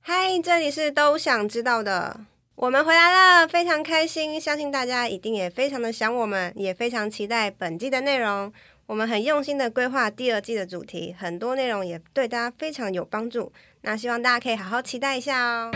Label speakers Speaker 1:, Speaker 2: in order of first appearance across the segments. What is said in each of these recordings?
Speaker 1: 嗨，这里是都想知道的，我们回来了，非常开心，相信大家一定也非常的想我们，也非常期待本季的内容。我们很用心的规划第二季的主题，很多内容也对大家非常有帮助。那希望大家可以好好期待一下哦。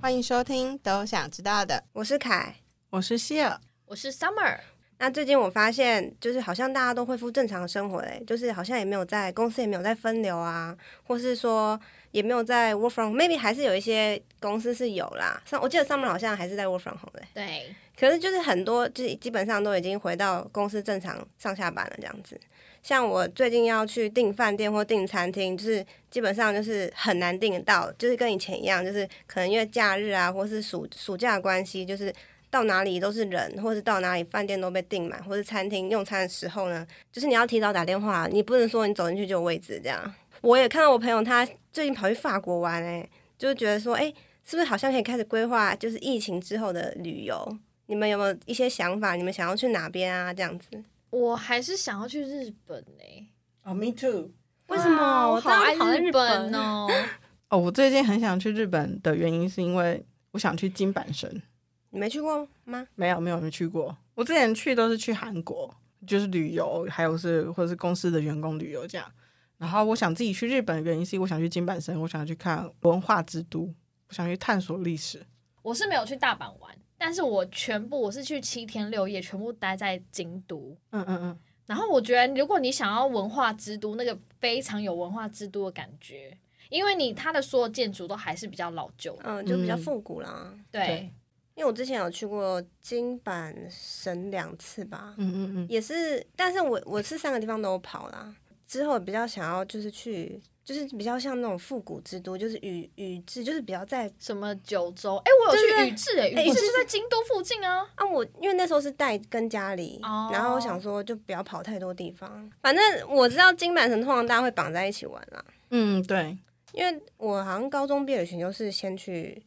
Speaker 2: 欢迎收听《都想知道的》，
Speaker 1: 我是凯，
Speaker 3: 我是希尔，
Speaker 4: 我是 Summer，
Speaker 1: 那最近我发现，就是好像大家都恢复正常生活嘞、就是好像也没有在公司也没有在分流啊，或是说也没有在 work from home，maybe 还是有一些公司是有啦。上我记得 Summer 好像还是在 work from home 嘞、
Speaker 4: 对，
Speaker 1: 可是就是很多就是基本上都已经回到公司正常上下班了这样子。像我最近要去订饭店或订餐厅，就是基本上就是很难订得到，就是跟以前一样，就是可能因为假日啊或是暑暑假的关系，就是到哪里都是人，或是到哪里饭店都被订满，或是餐厅用餐的时候呢，就是你要提早打电话，你不能说你走进去就有位置这样。我也看到我朋友他最近跑去法国玩、欸，就是觉得说，哎、是不是好像可以开始规划，就是疫情之后的旅游？你们有没有一些想法？你们想要去哪边啊？这样子？
Speaker 4: 我还是想要去日本呢、
Speaker 3: 哦、m e too。
Speaker 1: 为什么？
Speaker 4: 我好爱
Speaker 1: 当然
Speaker 4: 日本哦！
Speaker 3: 哦，我最近很想去日本的原因是因为我想去金板神，
Speaker 1: 你没去过吗？
Speaker 3: 没有没有没去过。我之前去都是去韩国，就是旅游，还有是或者是公司的员工旅游这样。然后我想自己去日本的原因是我想去金板神，我想去看文化之都，我想去探索历史。
Speaker 4: 我是没有去大阪玩，但是我全部我是去七天六夜，全部待在京都。
Speaker 3: 嗯嗯嗯，
Speaker 4: 然后我觉得，如果你想要文化之都，那个非常有文化之都的感觉，因为你它的所有建筑都还是比较老旧的。
Speaker 1: 嗯，就比较复古啦。
Speaker 4: 对，
Speaker 1: 因为我之前有去过金板神两次吧，
Speaker 3: 嗯嗯嗯，
Speaker 1: 也是，但是我我是三个地方都有跑啦。之后比较想要就是去，就是比较像那种复古之都，就是宇宇治，就是比较在
Speaker 4: 什么九州？哎、我有
Speaker 1: 对
Speaker 4: 去宇治哎、
Speaker 1: 哎
Speaker 4: 宇治就在京都附近啊。
Speaker 1: 啊，我因为那时候是带跟家里，
Speaker 4: 哦
Speaker 1: 然后我想说就不要跑太多地方。反正我知道金板神通常大家会绑在一起玩啦，
Speaker 3: 嗯，对，
Speaker 1: 因为我好像高中毕业旅行就是先去，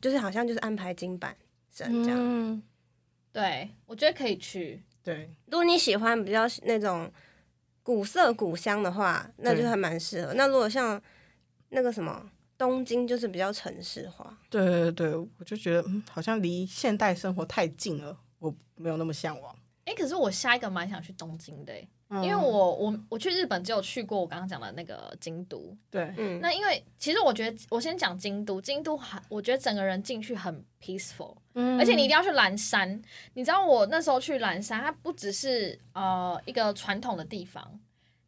Speaker 1: 就是好像就是安排金板神这样。
Speaker 3: 嗯，
Speaker 4: 对，我觉得可以去。
Speaker 3: 对，
Speaker 1: 如果你喜欢比较那种古色古香的话，那就还蛮适合。那如果像那个什么东京，就是比较城市化。
Speaker 3: 对对对，我就觉得嗯，好像离现代生活太近了，我没有那么向往。
Speaker 4: 哎、可是我下一个蛮想去东京的、哎
Speaker 3: 嗯
Speaker 4: 因为我我我去日本只有去过我刚刚讲的那个京都，
Speaker 3: 对，
Speaker 1: 嗯，
Speaker 4: 那因为其实我觉得我先讲京都，京都很我觉得整个人进去很 peaceful，、
Speaker 3: 嗯
Speaker 4: 而且你一定要去岚山，你知道我那时候去岚山，它不只是呃一个传统的地方，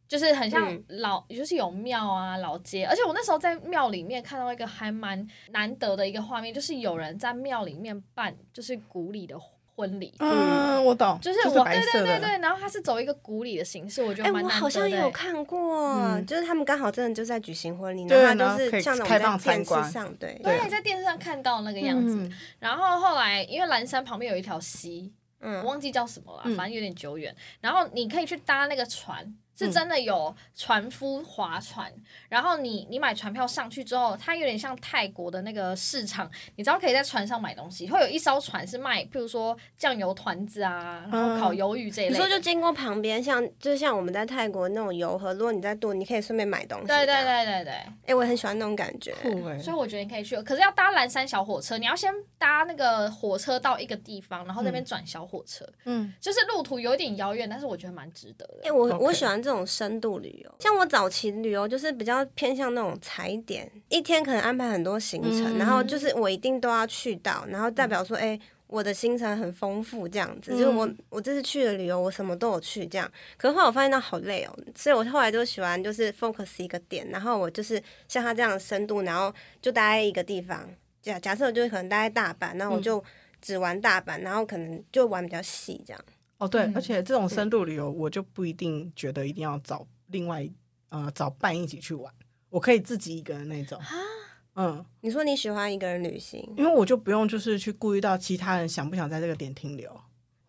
Speaker 4: 就是很像
Speaker 1: 嗯
Speaker 4: 老，就是有庙啊老街，而且我那时候在庙里面看到一个还蛮难得的一个画面，就是有人在庙里面办就是古礼的婚礼。
Speaker 3: 嗯，我懂，
Speaker 4: 就是是我，
Speaker 3: 白色
Speaker 4: 对对
Speaker 3: 的
Speaker 4: 对对，然后它是走一个古礼的形式，我觉
Speaker 1: 哎、
Speaker 4: 得蛮
Speaker 1: 我
Speaker 4: 难
Speaker 1: 好
Speaker 4: 得的
Speaker 1: 像
Speaker 4: 欸。
Speaker 1: 也有看过，
Speaker 3: 嗯
Speaker 1: 就是他们刚好真的就在举行婚礼，
Speaker 3: 对
Speaker 1: 然后
Speaker 3: 然
Speaker 1: 它
Speaker 3: 后
Speaker 1: 就是
Speaker 3: 可以
Speaker 1: 像那
Speaker 3: 开放
Speaker 1: 种在电
Speaker 3: 参
Speaker 1: 视
Speaker 3: 观
Speaker 1: 上，对，
Speaker 3: 对
Speaker 4: 对，在电视上看到那个样子。
Speaker 3: 嗯
Speaker 4: 然后后来，因为蓝山旁边有一条溪，我
Speaker 1: 嗯，
Speaker 4: 忘记叫什么了，
Speaker 3: 嗯
Speaker 4: 反正有点久远。然后你可以去搭那个船，
Speaker 1: 嗯
Speaker 4: 是真的有船夫划船。然后你你买船票上去之后，它有点像泰国的那个市场，你知道可以在船上买东西，会有一艘船是卖，譬如说酱油团子啊，然后烤鱿鱼这一
Speaker 1: 嗯你
Speaker 4: 类
Speaker 1: 说
Speaker 4: 的。
Speaker 1: 就经过旁边，像就像我们在泰国那种游河，如果你在渡，你可以顺便买东西。
Speaker 4: 对
Speaker 1: 这
Speaker 4: 对
Speaker 1: 样，
Speaker 4: 对对对。
Speaker 1: 哎、我很喜欢那种感觉。
Speaker 3: 酷哎、
Speaker 4: 所以我觉得你可以去，可是要搭蓝山小火车，你要先搭那个火车到一个地方，然后那边转小火车，
Speaker 3: 嗯，
Speaker 4: 就是路途有点遥远，但是我觉得蛮值得的。
Speaker 1: 哎、我我
Speaker 3: OK
Speaker 1: 喜欢这种深度旅游。像我早期旅游就是比较偏向那种踩点，一天可能安排很多行程，
Speaker 3: 嗯
Speaker 1: 然后就是我一定都要去到，然后代表说，哎、我的行程很丰富，这样子。就是我我这次去的旅游，我什么都有去这样。可是后来我发现到好累哦，所以我后来就喜欢就是 focus 一个点，然后我就是像他这样的深度，然后就待在一个地方。假假设我就是可能待在大阪，那我就只玩大阪，然后可能就玩比较细这样。
Speaker 3: 哦对，
Speaker 4: 嗯
Speaker 3: 而且这种深度旅游，我就不一定觉得一定要找另外呃找伴一起去玩，我可以自己一个人那种。
Speaker 4: 啊
Speaker 3: 嗯，
Speaker 1: 你说你喜欢一个人旅行？
Speaker 3: 因为我就不用就是去顾虑到其他人想不想在这个点停留，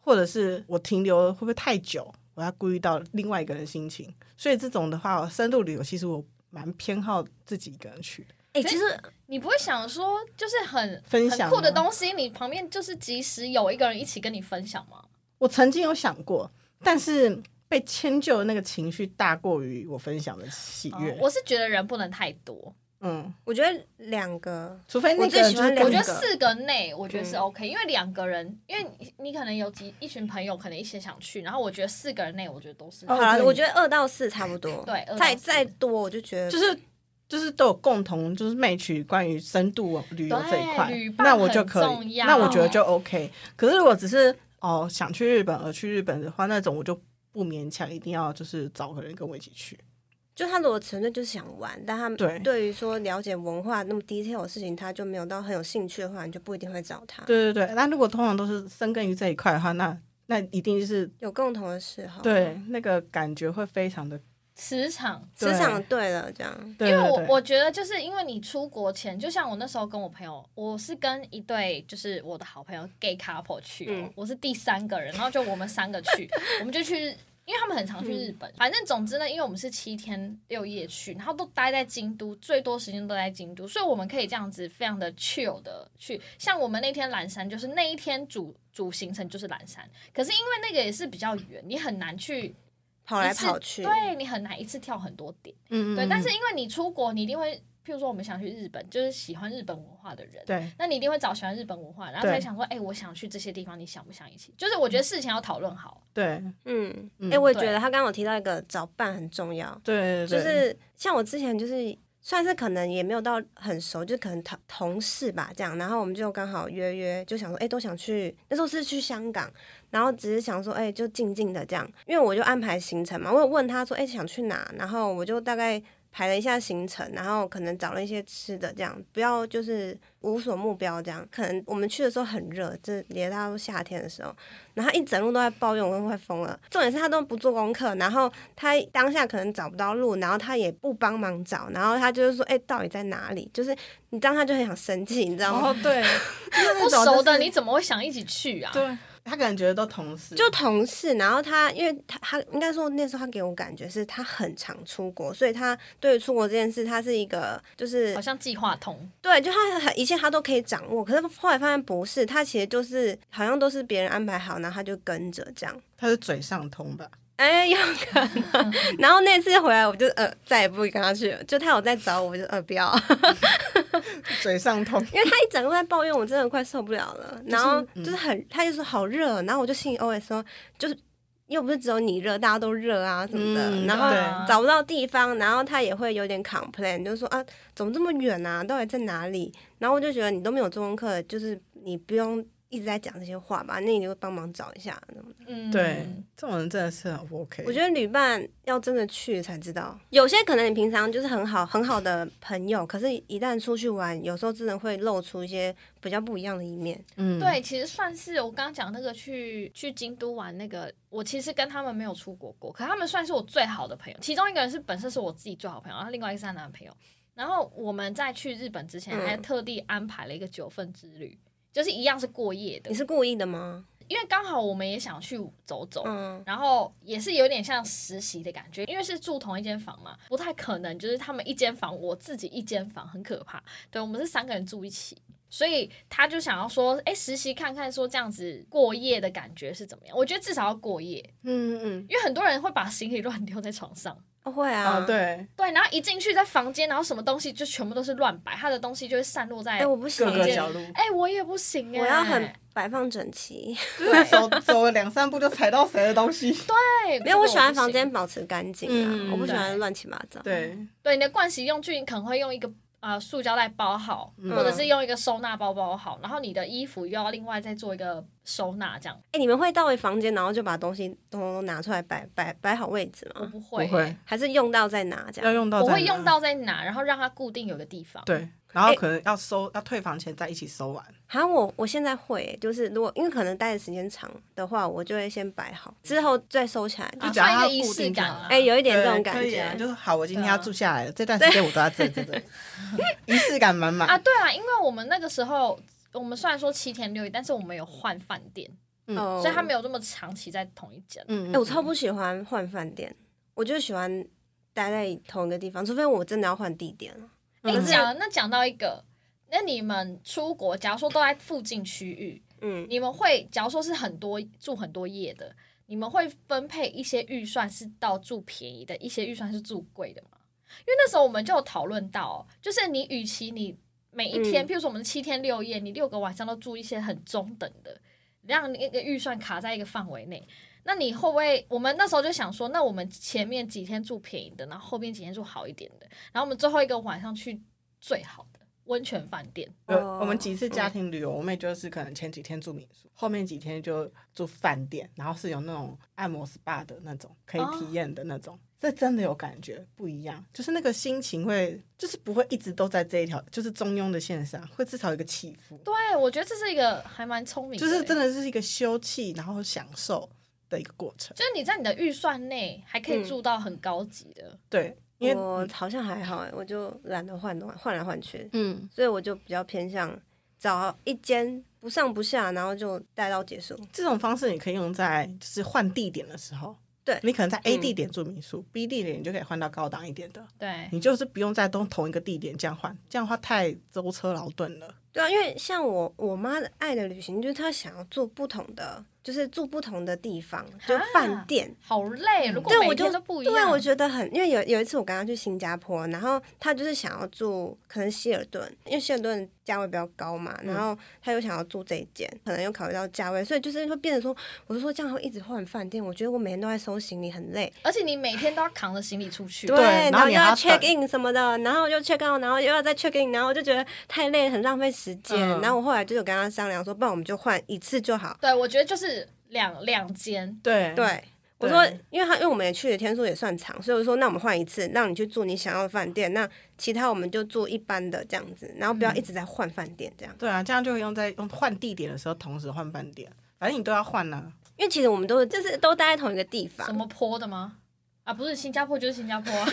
Speaker 3: 或者是我停留会不会太久，我要顾虑到另外一个人的心情。所以这种的话，深度旅游其实我蛮偏好自己一个人去。
Speaker 1: 哎、
Speaker 4: 可
Speaker 1: 其
Speaker 4: 是
Speaker 1: 实
Speaker 4: 你不会想说，就是很
Speaker 3: 分
Speaker 4: 很
Speaker 3: 享
Speaker 4: 酷的
Speaker 3: 吗
Speaker 4: 东西，你旁边就是即使有一个人一起跟你分享吗？
Speaker 3: 我曾经有想过，但是被迁就的那个情绪大过于我分享的喜
Speaker 4: 哦
Speaker 3: 悦。
Speaker 4: 我是觉得人不能太多，
Speaker 3: 嗯，
Speaker 1: 我觉得两个
Speaker 3: 除非
Speaker 1: 我
Speaker 3: 那个
Speaker 1: 最
Speaker 3: 人
Speaker 1: 喜
Speaker 3: 就
Speaker 1: 欢
Speaker 3: 是
Speaker 1: 两
Speaker 4: 我
Speaker 3: 跟
Speaker 4: 觉
Speaker 1: 个
Speaker 4: 得四个内，我觉得是
Speaker 1: 嗯
Speaker 4: OK，、因为两个人，因为你你可能有几一群朋友，可能一起想去，然后我觉得四个人内，我觉得都是、
Speaker 3: 哦
Speaker 1: 好了，
Speaker 3: 对
Speaker 1: 我觉得二到四差不多。
Speaker 4: 对二到
Speaker 1: 再
Speaker 4: 四
Speaker 1: 再多我就觉得
Speaker 3: 就是就是都有共同就是 match 关于深度旅游这一块
Speaker 4: 对旅，伴
Speaker 3: 那我就
Speaker 4: 很
Speaker 3: 可
Speaker 4: 重
Speaker 3: 以，
Speaker 4: 要
Speaker 3: 那我觉得就 OK。可是如果只是哦想去日本而去日本的话，那种我就不勉强一定要就是找个人跟我一起去。
Speaker 1: 就他如果纯粹就是想玩，但他
Speaker 3: 对
Speaker 1: 对于说了解文化那么 detail 的事情，他就没有到很有兴趣的话，你就不一定会找他。
Speaker 3: 对对对，那如果通常都是深耕于这一块的话，那那一定就是
Speaker 1: 有共同的嗜好，
Speaker 3: 对，那个感觉会非常的
Speaker 4: 磁场。
Speaker 1: 磁场
Speaker 3: 对
Speaker 1: 对了，这样
Speaker 3: 对
Speaker 4: 因为我
Speaker 3: 对对
Speaker 4: 我觉得就是因为你出国前，就像我那时候跟我朋友，我是跟一对就是我的好朋友 gay couple 去、哦，
Speaker 1: 嗯
Speaker 4: 我是第三个人，然后就我们三个 去，我们就去，因为他们很常去日
Speaker 1: 嗯
Speaker 4: 本，反正总之呢，因为我们是七天六夜去，然后都待在京都，最多时间都在京都，所以我们可以这样子非常的 chill 的去，像我们那天蓝山就是那一天主主行程就是蓝山，可是因为那个也是比较远，你很难去
Speaker 1: 跑来
Speaker 4: 一次
Speaker 1: 跑去，
Speaker 4: 对你很难一次跳很多点。
Speaker 3: 嗯嗯
Speaker 4: 对，但是
Speaker 3: 嗯
Speaker 4: 因为你出国，你一定会，譬如说我们想去日本，就是喜欢日本文化的人，
Speaker 3: 对
Speaker 4: 那你一定会找喜欢日本文化，然后
Speaker 3: 对嗯
Speaker 4: 才想说，哎、我想去这些地方，你想不想一起？就是我觉得事情要讨论好，
Speaker 3: 对
Speaker 1: 嗯，哎、
Speaker 3: 嗯
Speaker 1: 我也
Speaker 4: 对
Speaker 1: 觉得他刚刚有提到一个找伴很重要，
Speaker 3: 对对，
Speaker 1: 就
Speaker 3: 对
Speaker 1: 是像我之前就是算是可能也没有到很熟，就可能同同事吧这样，然后我们就刚好约约，就想说，哎、都想去，那时候是去香港，然后只是想说，哎、就静静的这样，因为我就安排行程嘛，我有问他说，哎、想去哪，然后我就大概。排了一下行程，然后可能找了一些吃的，这样不要就是无所目标这样。可能我们去的时候很热，这也大到夏天的时候，然后他一整路都在抱怨我快疯了。重点是他都不做功课，然后他当下可能找不到路，然后他也不帮忙找，然后他就是说，哎、到底在哪里？就是你当下就很想生气，你知道吗？
Speaker 3: 哦对，就是
Speaker 4: 不
Speaker 3: 那种
Speaker 4: 熟
Speaker 3: 就
Speaker 4: 的
Speaker 3: 是
Speaker 4: 你怎么会想一起去啊？
Speaker 3: 对他可能觉得都同事
Speaker 1: 就同事，然后他因为他他应该说那时候他给我感觉是他很常出国，所以他对于出国这件事，他是一个就是
Speaker 4: 好像计划通，
Speaker 1: 对，就他很一切他都可以掌握。可是后来发现不是，他其实就是好像都是别人安排好，然后他就跟着这样。
Speaker 3: 他是嘴上通吧。
Speaker 1: 哎，有可能。然后那次回来，我就呃再也不跟他去了。就他有在找我，我就呃不要，
Speaker 3: 嘴上痛，
Speaker 1: 因为他一整个在抱怨，我真的快受不了了。然后
Speaker 3: 嗯
Speaker 1: 就是很，他就说好热，哦然后我就心里 OS 说，就是又不是只有你热，大家都热啊什么的。
Speaker 3: 嗯
Speaker 1: 然
Speaker 4: 对
Speaker 1: 后
Speaker 4: 啊
Speaker 1: 找不到地方，然后他也会有点 complain，就是说啊怎么这么远啊，到底在哪里？然后我就觉得你都没有做功课，就是你不用一直在讲这些话吧，那你就帮忙找一下。
Speaker 4: 嗯，
Speaker 3: 对，这种人真的是很不 OK。
Speaker 1: 我觉得旅伴要真的去才知道，有些可能你平常就是很好很好的朋友，可是一旦出去玩，有时候真的会露出一些比较不一样的一面。
Speaker 3: 嗯，
Speaker 4: 对，其实算是我刚刚讲那个去去京都玩那个，我其实跟他们没有出国过，可他们算是我最好的朋友。其中一个人是本身是我自己最好的朋友，然后另外一个是她男朋友。然后我们在去日本之前，
Speaker 1: 嗯
Speaker 4: 还特地安排了一个九份之旅，就是一样是过夜的
Speaker 1: 你，是故意的吗？
Speaker 4: 因为刚好我们也想去走走。
Speaker 1: 嗯，
Speaker 4: 然后也是有点像实习的感觉，因为是住同一间房嘛，不太可能就是他们一间房，我自己一间房，很可怕。对我们是三个人住一起，所以他就想要说，哎，实习看看，说这样子过夜的感觉是怎么样？我觉得至少要过夜，
Speaker 3: 嗯嗯
Speaker 4: 因为很多人会把行李乱丢在床上。
Speaker 1: 哦会
Speaker 3: 嗯，
Speaker 1: 啊，
Speaker 3: 啊，。对，
Speaker 4: 对，然后一进去在房间，然后什么东西就全部都是乱摆，他的东西就会散落在
Speaker 1: 哎、。我不行
Speaker 3: 各
Speaker 1: 耶，
Speaker 3: 个角落，
Speaker 4: 哎、我也不行哎、
Speaker 1: 我要很摆放整齐。
Speaker 3: 就是 走走了两三步就踩到谁的东西。
Speaker 4: 对，
Speaker 1: 没有，
Speaker 4: 这个
Speaker 1: 我
Speaker 4: 不
Speaker 1: 喜欢
Speaker 4: 行
Speaker 1: 房间保持干净啊，
Speaker 3: 嗯
Speaker 1: 我不喜欢
Speaker 4: 对
Speaker 1: 乱七八糟。，
Speaker 3: 对，
Speaker 4: 对，你的盥洗用具你可能会用一个呃塑胶袋包好，
Speaker 3: 嗯
Speaker 4: 或者是用一个收纳包包好，然后你的衣服又要另外再做一个收纳，这样
Speaker 1: 哎、你们会到回房间，然后就把东西都都拿出来摆摆摆好位置
Speaker 4: 我
Speaker 1: 吗？
Speaker 4: 不会
Speaker 3: 不
Speaker 4: 欸、
Speaker 3: 会
Speaker 1: 还是用到再拿这
Speaker 3: 要
Speaker 1: 样？
Speaker 3: 用到，
Speaker 4: 我会用。到在哪，然后让它固定有个地方。，
Speaker 3: 对，然后可能要收，要退房前再一起收完。
Speaker 1: 好像我我现在会耶、就是如果因为可能待的时间长的话，我就会先摆好，之后再收起来。
Speaker 4: 啊，
Speaker 3: 就只要
Speaker 4: 算一
Speaker 3: 它
Speaker 4: 个仪
Speaker 3: 固
Speaker 4: 式
Speaker 3: 定就
Speaker 4: 感
Speaker 3: 好
Speaker 4: 啊。
Speaker 1: 哎、有一点这种
Speaker 3: 对
Speaker 1: 感
Speaker 3: 可以
Speaker 1: 觉，
Speaker 3: 啊就是好，我今天要
Speaker 4: 对啊
Speaker 3: 住下来了，这段时间我都要这这这，仪式感满
Speaker 4: 啊，
Speaker 3: 满。
Speaker 4: 对啊，因为我们那个时候。我们虽然说七天六夜，但是我们有换饭店，
Speaker 3: 嗯
Speaker 1: 哦
Speaker 4: 所以它没有这么长期在同一间。
Speaker 3: 嗯
Speaker 1: 哎、我超不喜欢换饭店，我就喜欢待在同一个地方，除非我真的要换地点了。
Speaker 4: 哎、
Speaker 1: 嗯
Speaker 4: 讲那讲到一个，那你们出国，假如说都在附近区域，
Speaker 1: 嗯，
Speaker 4: 你们会假如说是很多住很多夜的，你们会分配一些预算是到住便宜的，一些预算是住贵的吗？因为那时候我们就有讨论到哦，就是你与其你每一天，
Speaker 1: 嗯
Speaker 4: 譬如说我们七天六夜，你六个晚上都住一些很中等的，让那个预算卡在一个范围内。那你会不会？我们那时候就想说，那我们前面几天住便宜的，然后后面几天住好一点的，然后我们最后一个晚上去最好的温泉饭店。
Speaker 3: 呃，
Speaker 1: 哦
Speaker 3: 我们几次家庭旅游，我妹就是可能前几天住民宿，后面几天就住饭店，然后是有那种按摩 SPA 的那种可以
Speaker 4: 哦
Speaker 3: 体验的那种，这真的有感觉不一样，就是那个心情会，就是不会一直都在这一条就是中庸的线上，会至少有一个起伏，
Speaker 4: 对，啊我觉得这是一个还蛮聪明的
Speaker 3: 就
Speaker 4: 欸，
Speaker 3: 是真的是一个休憩然后享受的一个过程，
Speaker 4: 就是你在你的预算内还
Speaker 1: 嗯
Speaker 4: 可以住到很高级的，
Speaker 3: 对，因为嗯
Speaker 1: 我好像还好、欸，我就懒得换东换来换去，
Speaker 2: 嗯，
Speaker 1: 所以我就比较偏向找一间不上不下，然后就待到结束。
Speaker 3: 这种方式你可以用在就是换地点的时候，
Speaker 1: 对
Speaker 3: 你可能在 A
Speaker 1: 嗯
Speaker 3: 地点住民宿、b 地点你就可以换到高档一点的。
Speaker 4: 对，
Speaker 3: 你就是不用在同同一个地点这样换，这样的话太舟车劳顿了。
Speaker 1: 对啊，因为像我我妈的爱的旅行，就是她想要做不同的，就是住不同的地方，就饭店。
Speaker 4: 好累。如果
Speaker 1: 对
Speaker 4: 每
Speaker 1: 我就
Speaker 4: 天都不一样，
Speaker 1: 对，我觉得很，因为有有一次我跟她去新加坡，然后她就是想要住可能希尔顿，因为希尔顿价位比较高嘛，然后她又想要住这一间，可能又考虑到价位，所以就是会变得说，我就说这样会一直换饭店，我觉得我每天都在收行李，很累。
Speaker 4: 而且你每天都要扛着行李出去，
Speaker 3: 对然后
Speaker 1: 然后
Speaker 3: 你
Speaker 1: 又
Speaker 3: 还
Speaker 1: 要
Speaker 3: 要
Speaker 1: check
Speaker 3: 等
Speaker 1: in 什么的，然后又 check out，然后又要再 check in，然后我就觉得太累，很浪费时间。
Speaker 3: 嗯
Speaker 1: 然后我后来就有跟她商量说，不然我们就换一次就好。
Speaker 4: 对我觉得就是两两间，
Speaker 3: 对
Speaker 1: 对，我
Speaker 3: 对
Speaker 1: 说，因为他因为我们也去的天数也算长，所以我说，那我们换一次，让你去住你想要的饭店，那其他我们就住一般的这样子，然后不要
Speaker 3: 嗯
Speaker 1: 一直在换饭店这样。
Speaker 3: 对啊，这样就会用在用换地点的时候，同时换饭店，反正你都要换啊呢、
Speaker 1: 因为其实我们都是就是都待在同一个地方
Speaker 4: 什，么坡的吗？啊，不是新加坡就是新加坡、啊，